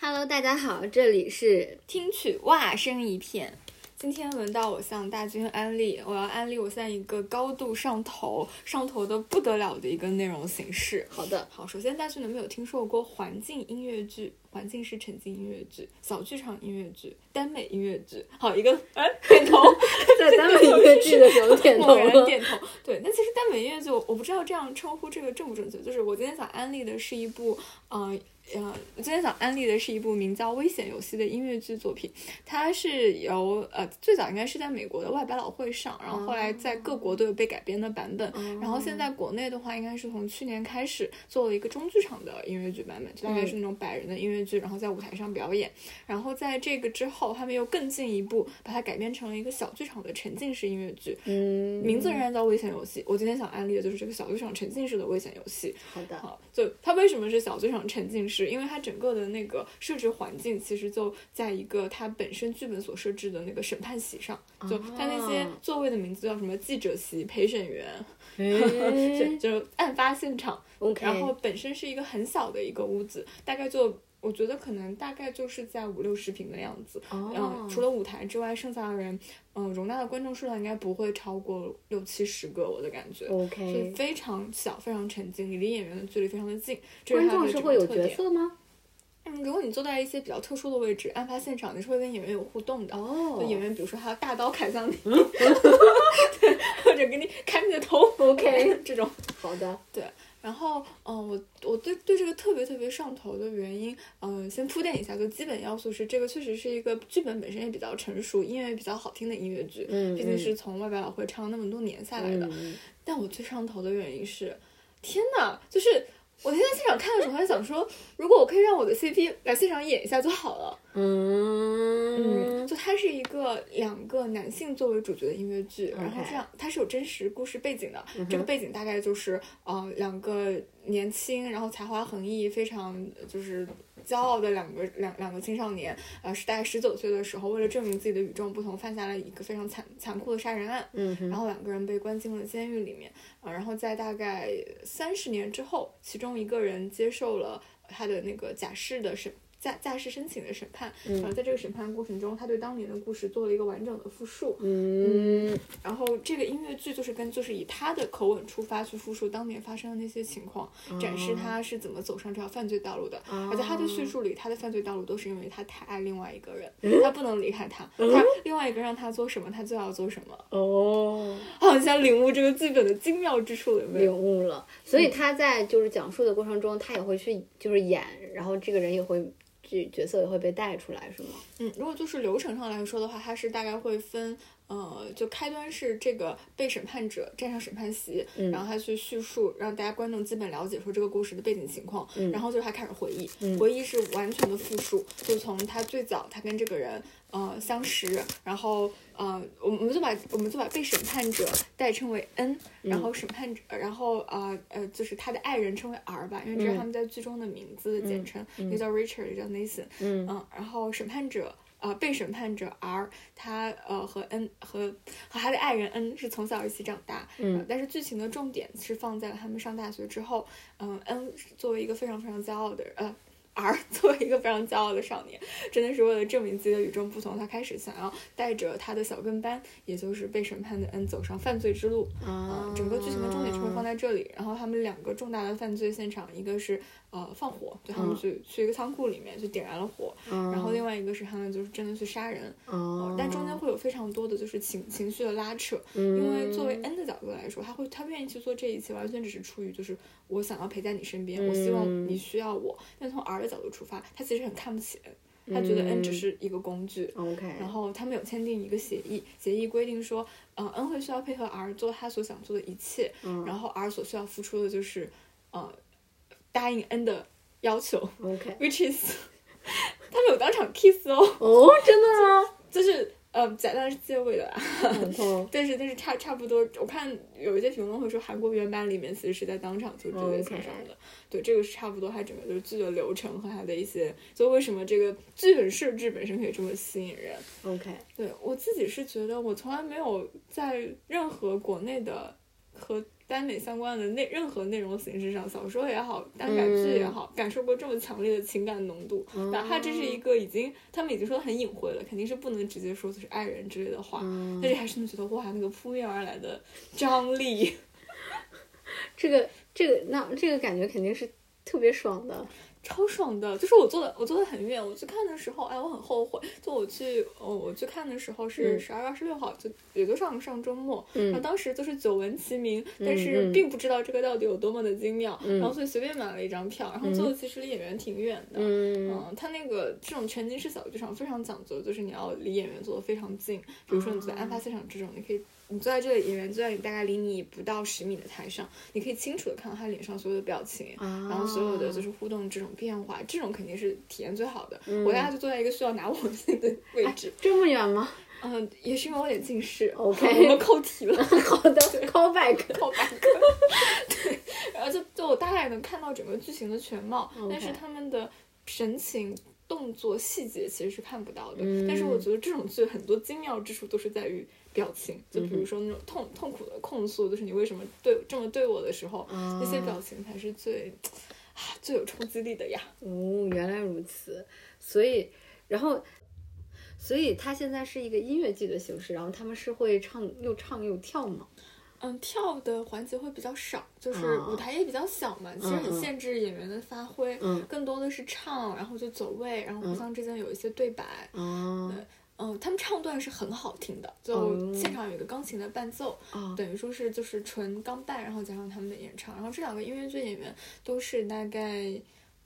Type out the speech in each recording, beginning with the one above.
Hello，大家好，这里是听取哇声一片。今天轮到我向大军安利，我要安利我现在一个高度上头、上头的不得了的一个内容形式。好 的，好，首先大军有没有听说过环境音乐剧？环境是沉浸音乐剧、小剧场音乐剧、耽美音乐剧。好一个，哎，点头，在耽美音乐剧的时候点 头猛然了。点头。对，那其实耽美音乐剧，我我不知道这样称呼这个正不正确。就是我今天想安利的是一部，呃。呃，我今天想安利的是一部名叫《危险游戏》的音乐剧作品，它是由呃最早应该是在美国的外百老汇上，然后后来在各国都有被改编的版本，哦然后现在国内的话应该是从去年开始做了一个中剧场的音乐剧版本，就大概是那种百人的音乐剧，然后在舞台上表演。然后在这个之后，他们又更进一步把它改编成了一个小剧场的沉浸式音乐剧，嗯，名字仍然叫《危险游戏》。我今天想安利的就是这个小剧场沉浸式的《危险游戏》。好的，好，就它为什么是小剧场沉浸式？因为它整个的那个设置环境其实就在一个它本身剧本所设置的那个审判席上，就它那些哦座位的名字叫什么记者席、陪审员， 嗯就就是案发现场。 ，OK，然哎后本身是一个很小的一个屋子，大概就我觉得可能大概就是在五六十平的样子。哦嗯，，除了舞台之外，剩下的人，嗯，容纳的观众数量应该不会超过六七十个，我的感觉。哦所以 OK，非常小，非常沉静，你离演员的距离非常的近。这观是它众的是这会个有特角点。色吗？嗯，如果你坐在一些比较特殊的位置，案发现场你是会跟演员有互动的。哦就演员，比如说他大刀砍 向你，对，或者给你砍你的头 OK 这种。好的，然后，嗯、我我对对这个特别特别上头的原因，嗯、先铺垫一下，就基本要素是这个确实是一个剧本本身也比较成熟，音乐也比较好听的音乐剧，嗯毕竟是从外百老汇唱了那么多年下来的。嗯但我最上头的原因是，天哪，就是我那天现场看的时候，还想说，如果我可以让我的 CP 来现场演一下就好了。嗯就它是一个两个男性作为主角的音乐剧，然后 OK 嗯这样它是有真实故事背景的。这个背景大概就是，呃，两个年轻，然后才华横溢，非常呃就是骄傲的两个两两个青少年，呃，是在十九岁的时候，为了证明自己的与众不同，犯下了一个非常残残酷的杀人案。嗯然后两个人被关进了监狱里面，啊，然后在大概三十年之后，其中一个人接受了他的那个假释的审假假释申请的审判，嗯然后在这个审判过程中，他对当年的故事做了一个完整的复述，嗯然后这个音乐剧就是跟就是以他的口吻出发去复述当年发生的那些情况，展示他是怎么走上这条犯罪道路的，而在他的叙述里，他的犯罪道路都是因为他太爱另外一个人，他不能离开他，他另外一个让他做什么，他就要做什么。嗯哦，好像领悟这个剧本的精妙之处了，有没有？领悟了。所以他在就是讲述的过程中，他也会去就是演，然后这个人也会。这角色也会被带出来，是吗？嗯，如果就是流程上来说的话，它是大概会分，呃，就开端是这个被审判者站上审判席，嗯然后他去叙述，让大家观众基本了解说这个故事的背景情况，嗯然后就是他开始回忆，嗯回忆是完全的复述，就从他最早他跟这个人呃相识，然后呃，我们我们就把我们就把被审判者代称为 N，然嗯后审判者，然后呃呃，就是他的爱人称为 R 吧，因为嗯这是他们在剧中的名字的简称，一个叫 Richard，一个叫 Nathan，嗯嗯，然后审判者。呃，被审判者 R，他呃和 N 和和他的爱人 N 是从小一起长大，嗯呃但是剧情的重点是放在了他们上大学之后，嗯、n 作为一个非常非常骄傲的人呃 R 作为一个非常骄傲的少年，真的是为了证明自己的与众不同，他开始想要带着他的小跟班，也就是被审判的 N 走上犯罪之路。啊嗯，整个剧情的重点是会放在这里。然后他们两个重大的犯罪现场，一个是呃放火，就他们嗯去、去一个仓库里面去点燃了火，然后另外一个是他们就是真的去杀人。啊哦呃，但中间会有非常多的就是情情绪的拉扯，因为作为 N 的角度来说，他会他愿意去做这一切，完全只是出于就是我想要陪在你身边，我希望你需要我。但从 R 的角度出发，他其实很看不起 N，他觉得 N 嗯只是一个工具。 OK，然后他们有签订一个协议，协议规定说，呃，N 会需要配合 R 做他所想做的一切，嗯然后 R 所需要付出的就是，呃，答应 N 的要求 OK， ，which is，他们有当场 kiss 哦，哦，真的吗？嗯就是呃，假当然是借位的啦，很痛。但是但是差差不多，我看有一些评论会说韩国原版里面其实是在当场就直接亲上的对，这个是差不多，它整个就是剧的流程和它的一些，就为什么这个剧本设置本身可以这么吸引人。 OK，对我自己是觉得，我从来没有在任何国内的和耽美相关的内任何内容形式上，小说也好，耽改剧也好，感受过这么强烈的情感浓度。哪怕这是一个已经他们已经说的很隐晦了，肯定是不能直接说就是爱人之类的话，嗯但是还是能觉得哇，那个扑面而来的张力。这个这个那这个感觉肯定是特别爽的，超爽的，就是我坐的，我坐的很远。我去看的时候，哎，我很后悔。就我去，哦，我去看的时候是嗯十二月二十六号，就也就上上周末。嗯然后当时就是久闻其名，嗯但是嗯并不知道这个到底有多么的精妙。嗯然后所以随便买了一张票，然后坐的其实离演员挺远的。嗯嗯，他那个这种沉浸式小剧场非常讲究，就是你要离演员坐得非常近。比如说你坐在案哦发现场这种，你可以你坐在这里，演员坐在你大概离你不到十米的台上，你可以清楚的看到他脸上所有的表情，啊，然后所有的就是是互动这种变化，这种肯定是体验最好的。嗯我大概就坐在一个需要拿文件的位置，哎这么远吗 嗯，也是因为我有点近视。 OK 我们扣题了，好的，callback， 扣百科。对，然后就就我大概能看到整个剧情的全貌 OK 但是他们的神情。动作细节其实是看不到的，嗯但是我觉得这种剧很多精妙之处都是在于表情，就比如说那种痛、痛苦的控诉，就是你为什么对这么对我的时候，那那些表情才是最啊最有冲击力的呀。哦，原来如此，所以，然后，所以它现在是一个音乐剧的形式，然后他们是会唱又唱又跳嘛，嗯，跳的环节会比较少，就是哦舞台也比较小嘛，其实嗯很嗯限制演员的发挥，嗯，更多的是唱，然后就走位，然后互嗯相之间有一些对白。哦，嗯，他们唱段是很好听的，哦就现场有一个钢琴的伴奏，哦，等于说是就是纯钢伴，然后加上他们的演唱，然后这两个音乐剧演员都是大概。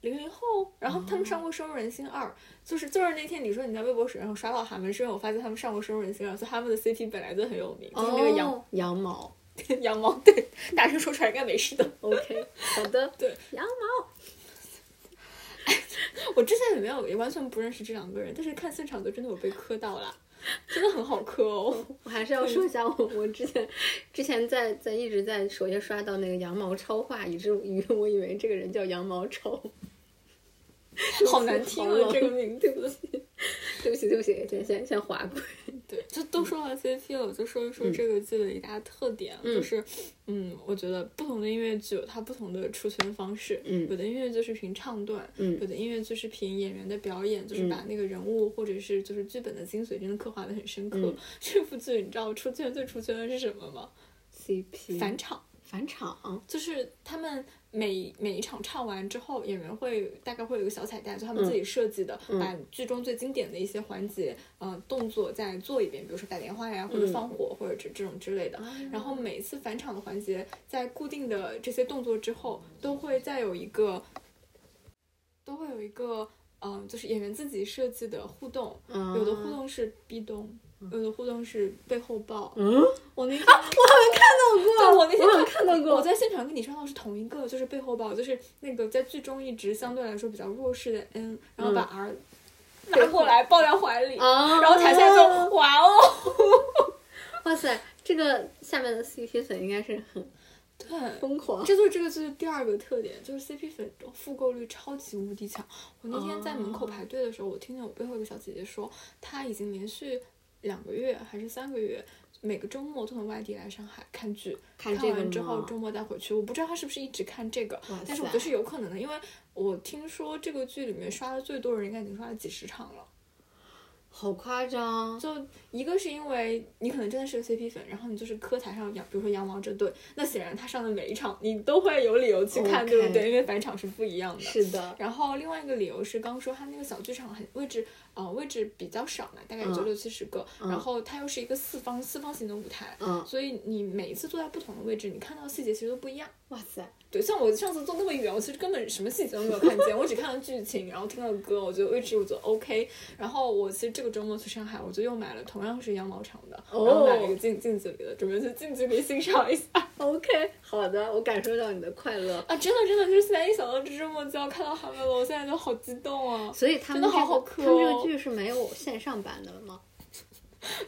零零后，然后他们上过《深入人心二》，就是就是那天你说你在微博上刷到他们，是因为我发现他们上过《深入人心二》，所以他们的 CP 本来就很有名，就是那个杨哦羊毛 羊毛，对，大声说出来应该没事的。 ，OK，好的，对，羊我之前也没有，也完全不认识这两个人，但是看现场就真的有被磕到啦，真的很好磕哦。我还是要说一下，我我之前之前在在一直在首页刷到那个羊毛超话，以至于我以为这个人叫羊毛超， 好难听啊，这个名字。对不起对不起，先先先划过， 对，就都说到 CP 了，我就说一说这个剧的一大特点，嗯就是，嗯，我觉得不同的音乐剧有它不同的出圈方式，嗯有的音乐剧是凭唱段，嗯有的音乐剧是凭演员的表演，就是把那个人物或者是就是剧本的精髓真的刻画的很深刻。嗯 这部剧你知道出圈最出圈的是什么吗？ ，CP 返场。返场，就是他们每每一场唱完之后，演员会大概会有一个小彩蛋，就他们自己设计的，嗯把剧中最经典的一些环节，嗯、动作再做一遍，比如说打电话呀，或者放火，或者这这种之类的。然后每次返场的环节，在固定的这些动作之后，都会再有一个，都会有一个，嗯、就是演员自己设计的互动，嗯，有的互动是壁咚，有的互动是背后抱。嗯，我那天对，我我那天我有看到过我在现场跟你刷到的是同一个，就是背后抱，就是那个在剧中一直相对来说比较弱势的 N，然后把 R 拿过来抱在怀里，嗯 啊，然后台下就哇哦，哇塞，这个下面的 CP 粉应该是很对。疯狂。这就是这个剧的第二个特点，就是 CP 粉复购率超级无敌强。我那天在门哦口排队的时候，我听见我背后一个小姐姐说，她已经连续两个月还是三个月，每个周末都从外地来上海看剧，看看这个完之后吗周末再回去。我不知道她是不是一直看这个，哇但是我塞觉得是有可能的，因为我听说这个剧里面刷的最多的人，应该已经刷了几十场了。好夸张，就一个是因为你可能真的是个 CP 粉，然后你就是磕台上羊，比如说羊毛这对，那显然他上的每一场你都会有理由去看 OK 对不对？因为返场是不一样的。是的，然后另外一个理由是，刚说他那个小剧场很位置，呃，位置比较少嘛，大概也就嗯六七十个，嗯然后它又是一个四方四方形的舞台，嗯，所以你每一次坐在不同的位置，你看到的细节其实都不一样。哇塞，对，像我上次坐那么远，我其实根本什么细节都没有看见，我只看了剧情，然后听了歌，我觉得位置我觉得 OK。然后我其实这个周末去上海，我就又买了同样是羊毛厂的，然后买了一个近近距离的，准备去近距离欣赏一下。 OK，好的，我感受到你的快乐。啊啊，真的真的，就是现在一想到这周末就要看到他们了，我现在就好激动啊！所以他们真的好这个好磕他们这哦个剧是没有线上版的吗？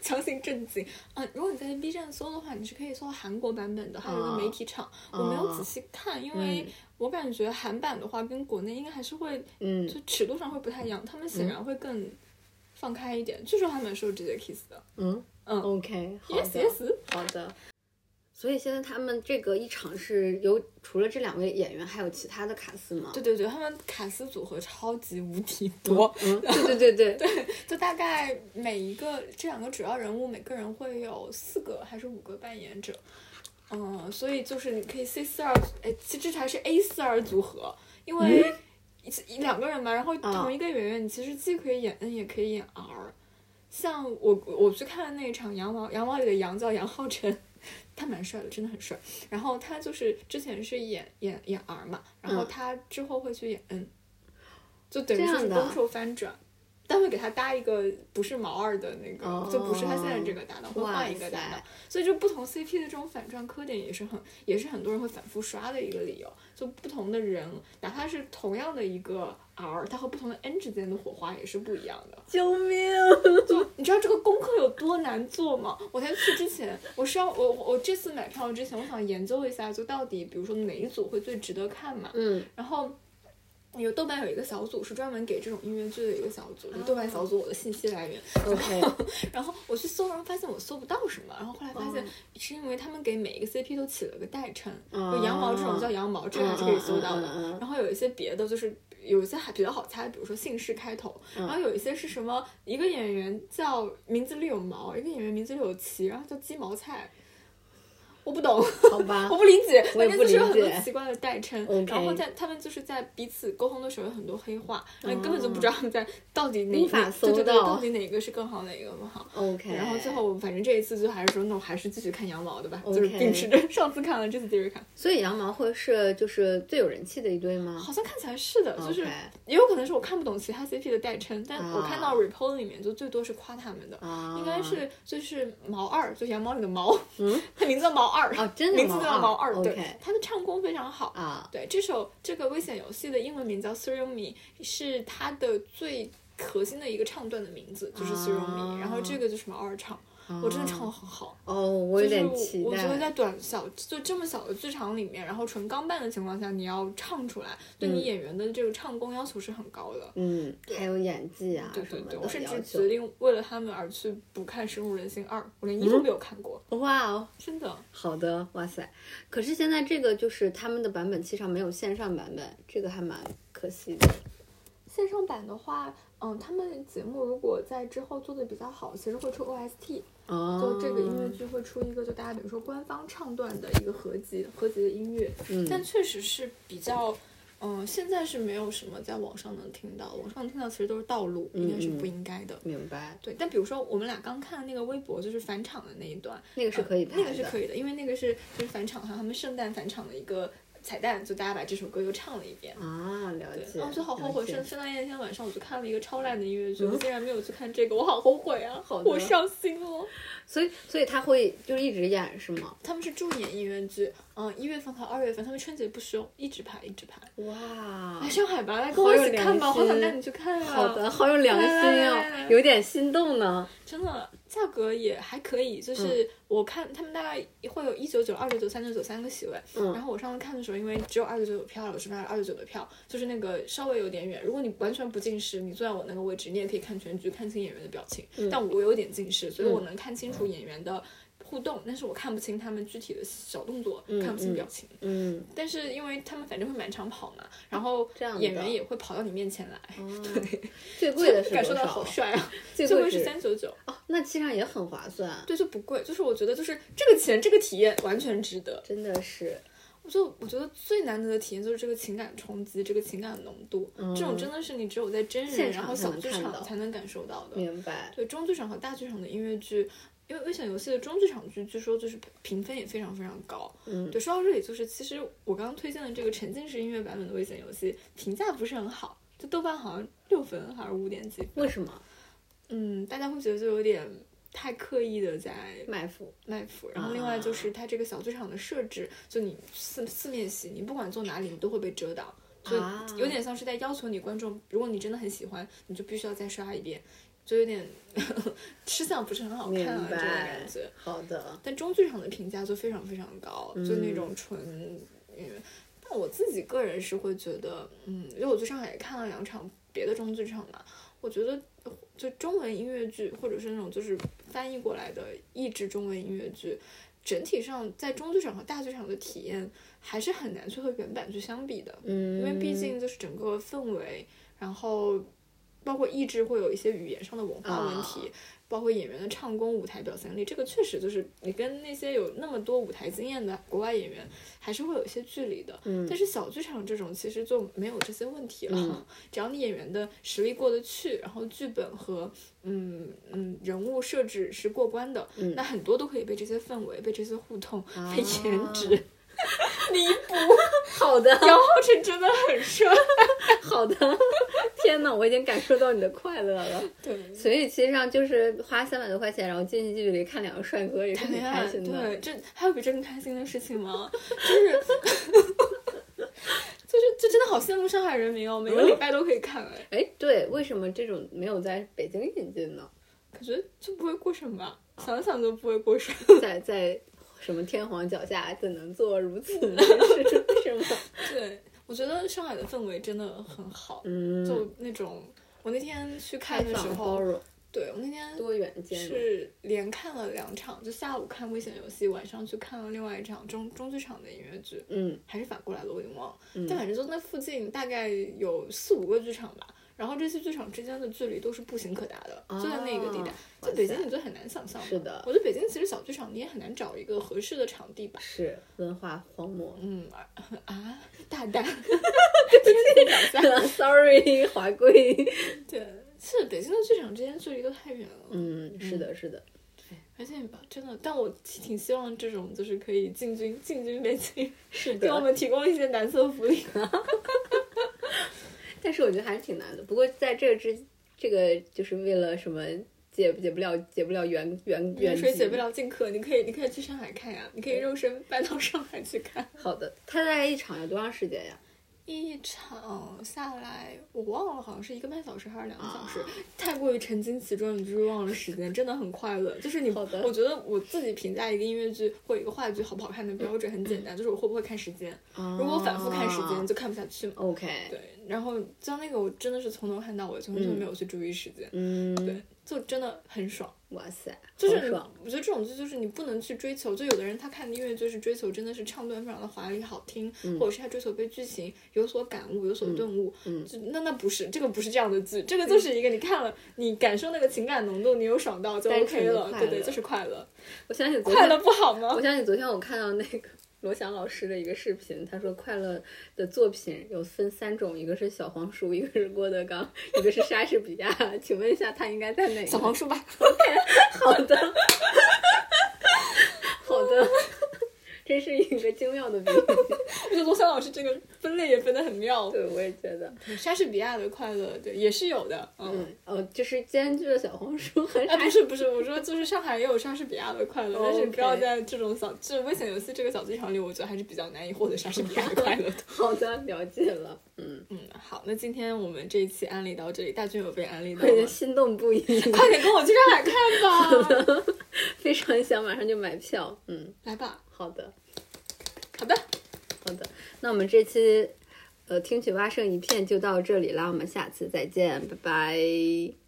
强行震惊。嗯，如果你在 B 站搜的话，你是可以搜到韩国版本的，还有一个媒体场。我没啊有仔细看，因为嗯我感觉韩版的话跟国内应该还是会嗯，就尺度上会不太一样，他们显然会更放开一点。据说他们是有直接 kiss 的嗯嗯，OK，好，yes 的， yes。好的。所以现在他们这个一场是由除了这两位演员，还有其他的卡司吗？对对对，他们卡司组合超级无敌多，嗯，对对对 对，就大概每一个这两个主要人物，每个人会有四个还是五个扮演者，嗯，所以就是你可以 C 四二，哎，其实这才是 A 四二组合，因为嗯一、一两个人嘛，然后同一个演员，你其实既可以演 N 也可以演 R。像我我去看那场羊毛羊毛里的羊叫杨浩辰，他蛮帅的，真的很帅。然后他就是之前是演演演 R 嘛，然后嗯他之后会去演 N，、就等于这说样是的攻受翻转。但会给他搭一个不是毛二的那个，哦就不是他现在这个搭档，会哇换一个搭档塞。所以就不同 CP 的这种反转磕点也是很，也是很多人会反复刷的一个理由。就不同的人，哪怕是同样的一个 R，他和不同的 N 之间的火花也是不一样 的。救命！就你知道这个功课有多难做吗？我在去之前，我是要我我我这次买票之前，我想研究一下，就到底比如说哪一组会最值得看嘛。 嗯，然后有豆瓣有一个小组是专门给这种音乐剧的一个小组，哦就豆瓣小组我的信息来源。 OK，然后我去搜，然后发现我搜不到什么，然后后来发现哦是因为他们给每一个 CP 都起了个代称，哦就羊毛这种叫羊毛，这个还是可以搜到的。嗯嗯嗯嗯嗯然后有一些别的就是。有一些还比较好猜，比如说姓氏开头，嗯然后有一些是什么一个演员叫名字里有毛，一个演员名字里有齐，然后叫鸡毛菜，我不懂，好吧我，不理解，我也反正不就是有理很多解奇怪的代称 OK 然后在他们就是在彼此沟通的时候有很多黑话，那、根本就不知道他们在到底哪哦无法哪搜对对对，到到底哪个是更好，哪个不好。 OK，然后最，后我反正这一次就还是说，那我还是继续看羊毛的吧 OK 就是秉持着上次看了，这次接着看，所以羊毛会是就是最有人气的一对吗好像看起来是的，就是？OK 也有可能是我看不懂其他 CP 的代称，但啊我看到 report 里面就最多是夸他们的。啊，应该是就是毛二，就羊毛里的毛，嗯， 他名字叫毛二，哦真的名字毛叫二毛二，对 OK，他的唱功非常好，啊，对，这首这个危险游戏的英文名叫 s u r u m i 是它的最核心的一个唱段的名字，就是 s u r u m i、啊然后这个就是毛二唱，我真的唱的很好。哦，我有就是点啊我期我觉得待。在短小就这么小的剧场里面，然后纯钢伴的情况下，你要唱出来，对你嗯演员的这个唱功要求是很高的。嗯，还有演技啊对什对么对，我的甚要至求决。定为了他们而去不看《深入人心二》，我连一都没有看过，哇哦，真的。好的，哇塞！可是现在这个就是他们的版本七上没有线上版本，这个还蛮可惜的。线上版的话，嗯，他们节目如果在之后做的比较好，其实会出 OST，哦，就这个音乐，剧会出一个，就大家比如说官方唱段的一个合集，合集的音乐，嗯，但确实是比较，嗯、现在是没有什么在网上能听到，网上能听到其实都是道路，应该是嗯不应该的。明白，对，但比如说我们俩刚看的那个微博，就是返场的那一段，那个是可以呃拍的，那个是可以的，因为那个是就是返场，还有他们圣诞返场的一个彩蛋，就大家把这首歌又唱了一遍。啊，了解。对，啊，就好后了悔！解嗯圣圣诞夜那天晚上，我就看了一个超烂的音乐剧，我竟然没有去看这个，我好后悔啊！好的我伤心哦。所以，所以他会就是一直演是吗？他们是助演音乐剧，嗯，一月份和二月份，他们春节不休，一直排，一直排。哇来上海吧，来跟我一起看吧，好有良心好想带你去看啊！好的，，好有良心来来来哦来，有点心动呢。真的价格也还可以，嗯就是我看他们大概会有一九九、二九九、三九九三个席位，嗯然后我上次看的时候，因为只有二九九有票了，我是买了二九九的票，就是那个稍微有点远。如果你完全不近视，你坐在我那个位置，你也可以看全局，看清演员的表情。嗯但我有点近视，所以我能看清楚演员的互动，但是我看不清他们具体的小动作，看不清表情。嗯，但是因为他们反正会满场跑嘛，然后这样的演员也会跑到你面前来， 最贵的是感受多到好少？帅啊！最最贵贵是三九九，哦，那七上也很划算，对，就不贵，就是我觉得就是这个钱这个体验完全值得。真的是。我就我觉得最难得的体验就是这个情感冲击，这个情感浓度，这种真的是你只有在真人哦现然场后才小能剧看场到才能感受到的。明白，对中剧场和大剧场的音乐剧，因为《危险游戏》的中剧场剧据说就是评分也非常非常高。嗯对，说到这里，就是其实我刚刚推荐的这个沉浸式音乐版本的《危险游戏》评价不是很好，就豆瓣好像六分还是五点几分。为什么嗯，大家会觉得就有点太刻意的在卖腐？卖腐，然后另外就是它这个小剧场的设置，就你四四面席，你不管坐哪里，你都会被遮挡，就啊有点像是在要求你观众，如果你真的很喜欢，你就必须要再刷一遍，就有点 吃相不是很好看啊明这种白感觉。好的，但中剧场的评价就非常非常高，就那种纯，嗯，但我自己个人是会觉得，嗯，因为我去上海也看了两场别的中剧场嘛，我觉得就中文音乐剧或者是那种就是翻译过来的译制中文音乐剧，整体上在中剧场和大剧场的体验还是很难去和原版去相比的，嗯，因为毕竟就是整个氛围，然后包括意志会有一些语言上的文化问题，包括演员的唱功、舞台表现力，这个确实就是你跟那些有那么多舞台经验的国外演员还是会有一些距离的。嗯但是小剧场这种其实就没有这些问题了，嗯只要你演员的实力过得去，然后剧本和嗯嗯人物设置是过关的，嗯那很多都可以被这些氛围、被这些互动、啊被颜 值弥补。好的，姚浩晨真的 很帅，好的。 天呐，我已经感受到你的快乐 了。对。所以其实上就是花三百多块钱，然后近近距离看两个帅哥也是谈很恋开爱，心的。对，这还有比这更开心的事情吗？就是， 就是，这真的好羡慕上海人民哦，每个礼拜都可以看哎，哎，对，为什么这种没有在北京引进 呢？感觉就不会过审吧？想想都不会过审。在在什么天皇脚下，怎能做如此美事？是吗？ 对，我觉得上海的氛围真的很好，嗯，就那种我那天去开看的时放包候，容，对我那天多元兼容。是连看了两场，就下午看《危险游戏》，晚上去看了另外一场中中剧场的音乐剧，嗯还是反过来了，我已经忘了。嗯但反正就那附近大概有四五个剧场吧，然后这些剧场之间的距离都是步行可达的，就在那个地带啊。在北京你就很难想象嘛，是的我觉得北京其实小剧场你也很难找一个合适的场地吧。是文化荒 漠。嗯啊，啊大 胆，天天脚下。 Sorry，华贵。对，是北京的剧场之间距离都太远了，嗯，是的，是的。而且吧，真的，但我挺希望这种就是可以进军 进军北京，是给我们提供一些男色福利。但是我觉得还是挺难的。不过在这之，这个就是为了什么解解不了解不了原原远原水籍解不了近渴，你可以你可以去上海看呀，你可以肉身搬到上海去看。好的，它大概一场要多长时间呀？一场下来，我忘了，好像是一个半小时还是两个小时，啊太过于沉浸其中，你就是忘了时间，真的很快 乐。就是你，好的我觉得我自己评价一个音乐剧或一个话剧好不好看的标准很 简单，就是我会不会看时间。如果我反复看时哦间，就看不下去嘛。啊 OK，对，然后像那个我真的是从头看到尾，从来嗯没有去注意时间，嗯，对，就真的很爽。哇塞，就是好你爽，我觉得这种剧就是你不能去追求，就有的人他看音乐就是追求真的是唱段非常的华丽好听，嗯或者是他追求被剧情有所感悟、有所顿悟。嗯嗯就那那不是这个不是这样的剧，这个就是一个你看了你感受那个情感浓度，你有爽到就单 OK 纯的了，快对对，乐就是快乐，我想起昨快天乐不好吗 我？想起昨天我看到那个罗翔老师的一个视频，他说快乐的作品有分三种，一个是小黄书，一个是郭德纲，一个是莎士比亚。请问一下，他应该在哪个？小黄书吧， 好的， 好的，真是一个精妙的比喻。我觉得罗翔老师这个分类也分得很 妙。对，我也觉得，嗯莎士比亚的快乐，对，也是有的，嗯。嗯，哦，就是兼具了小黄书和莎啊，不是不是，我说就是上海也有莎士比亚的快乐，但是 OK 不要在这种小，就是危险游戏这个小剧场里，我觉得还是比较难以获得莎士比亚的快乐的。 好的，了解了，嗯，嗯，好，那今天我们这一期安利到这里，大军有被安利到我已经吗？心动不已， 快点跟我去上海看吧，非常想马上就买票。嗯，来吧。好的，好的，好的，那我们这期呃听取蛙声一片就到这里啦，我们下次再见，拜拜。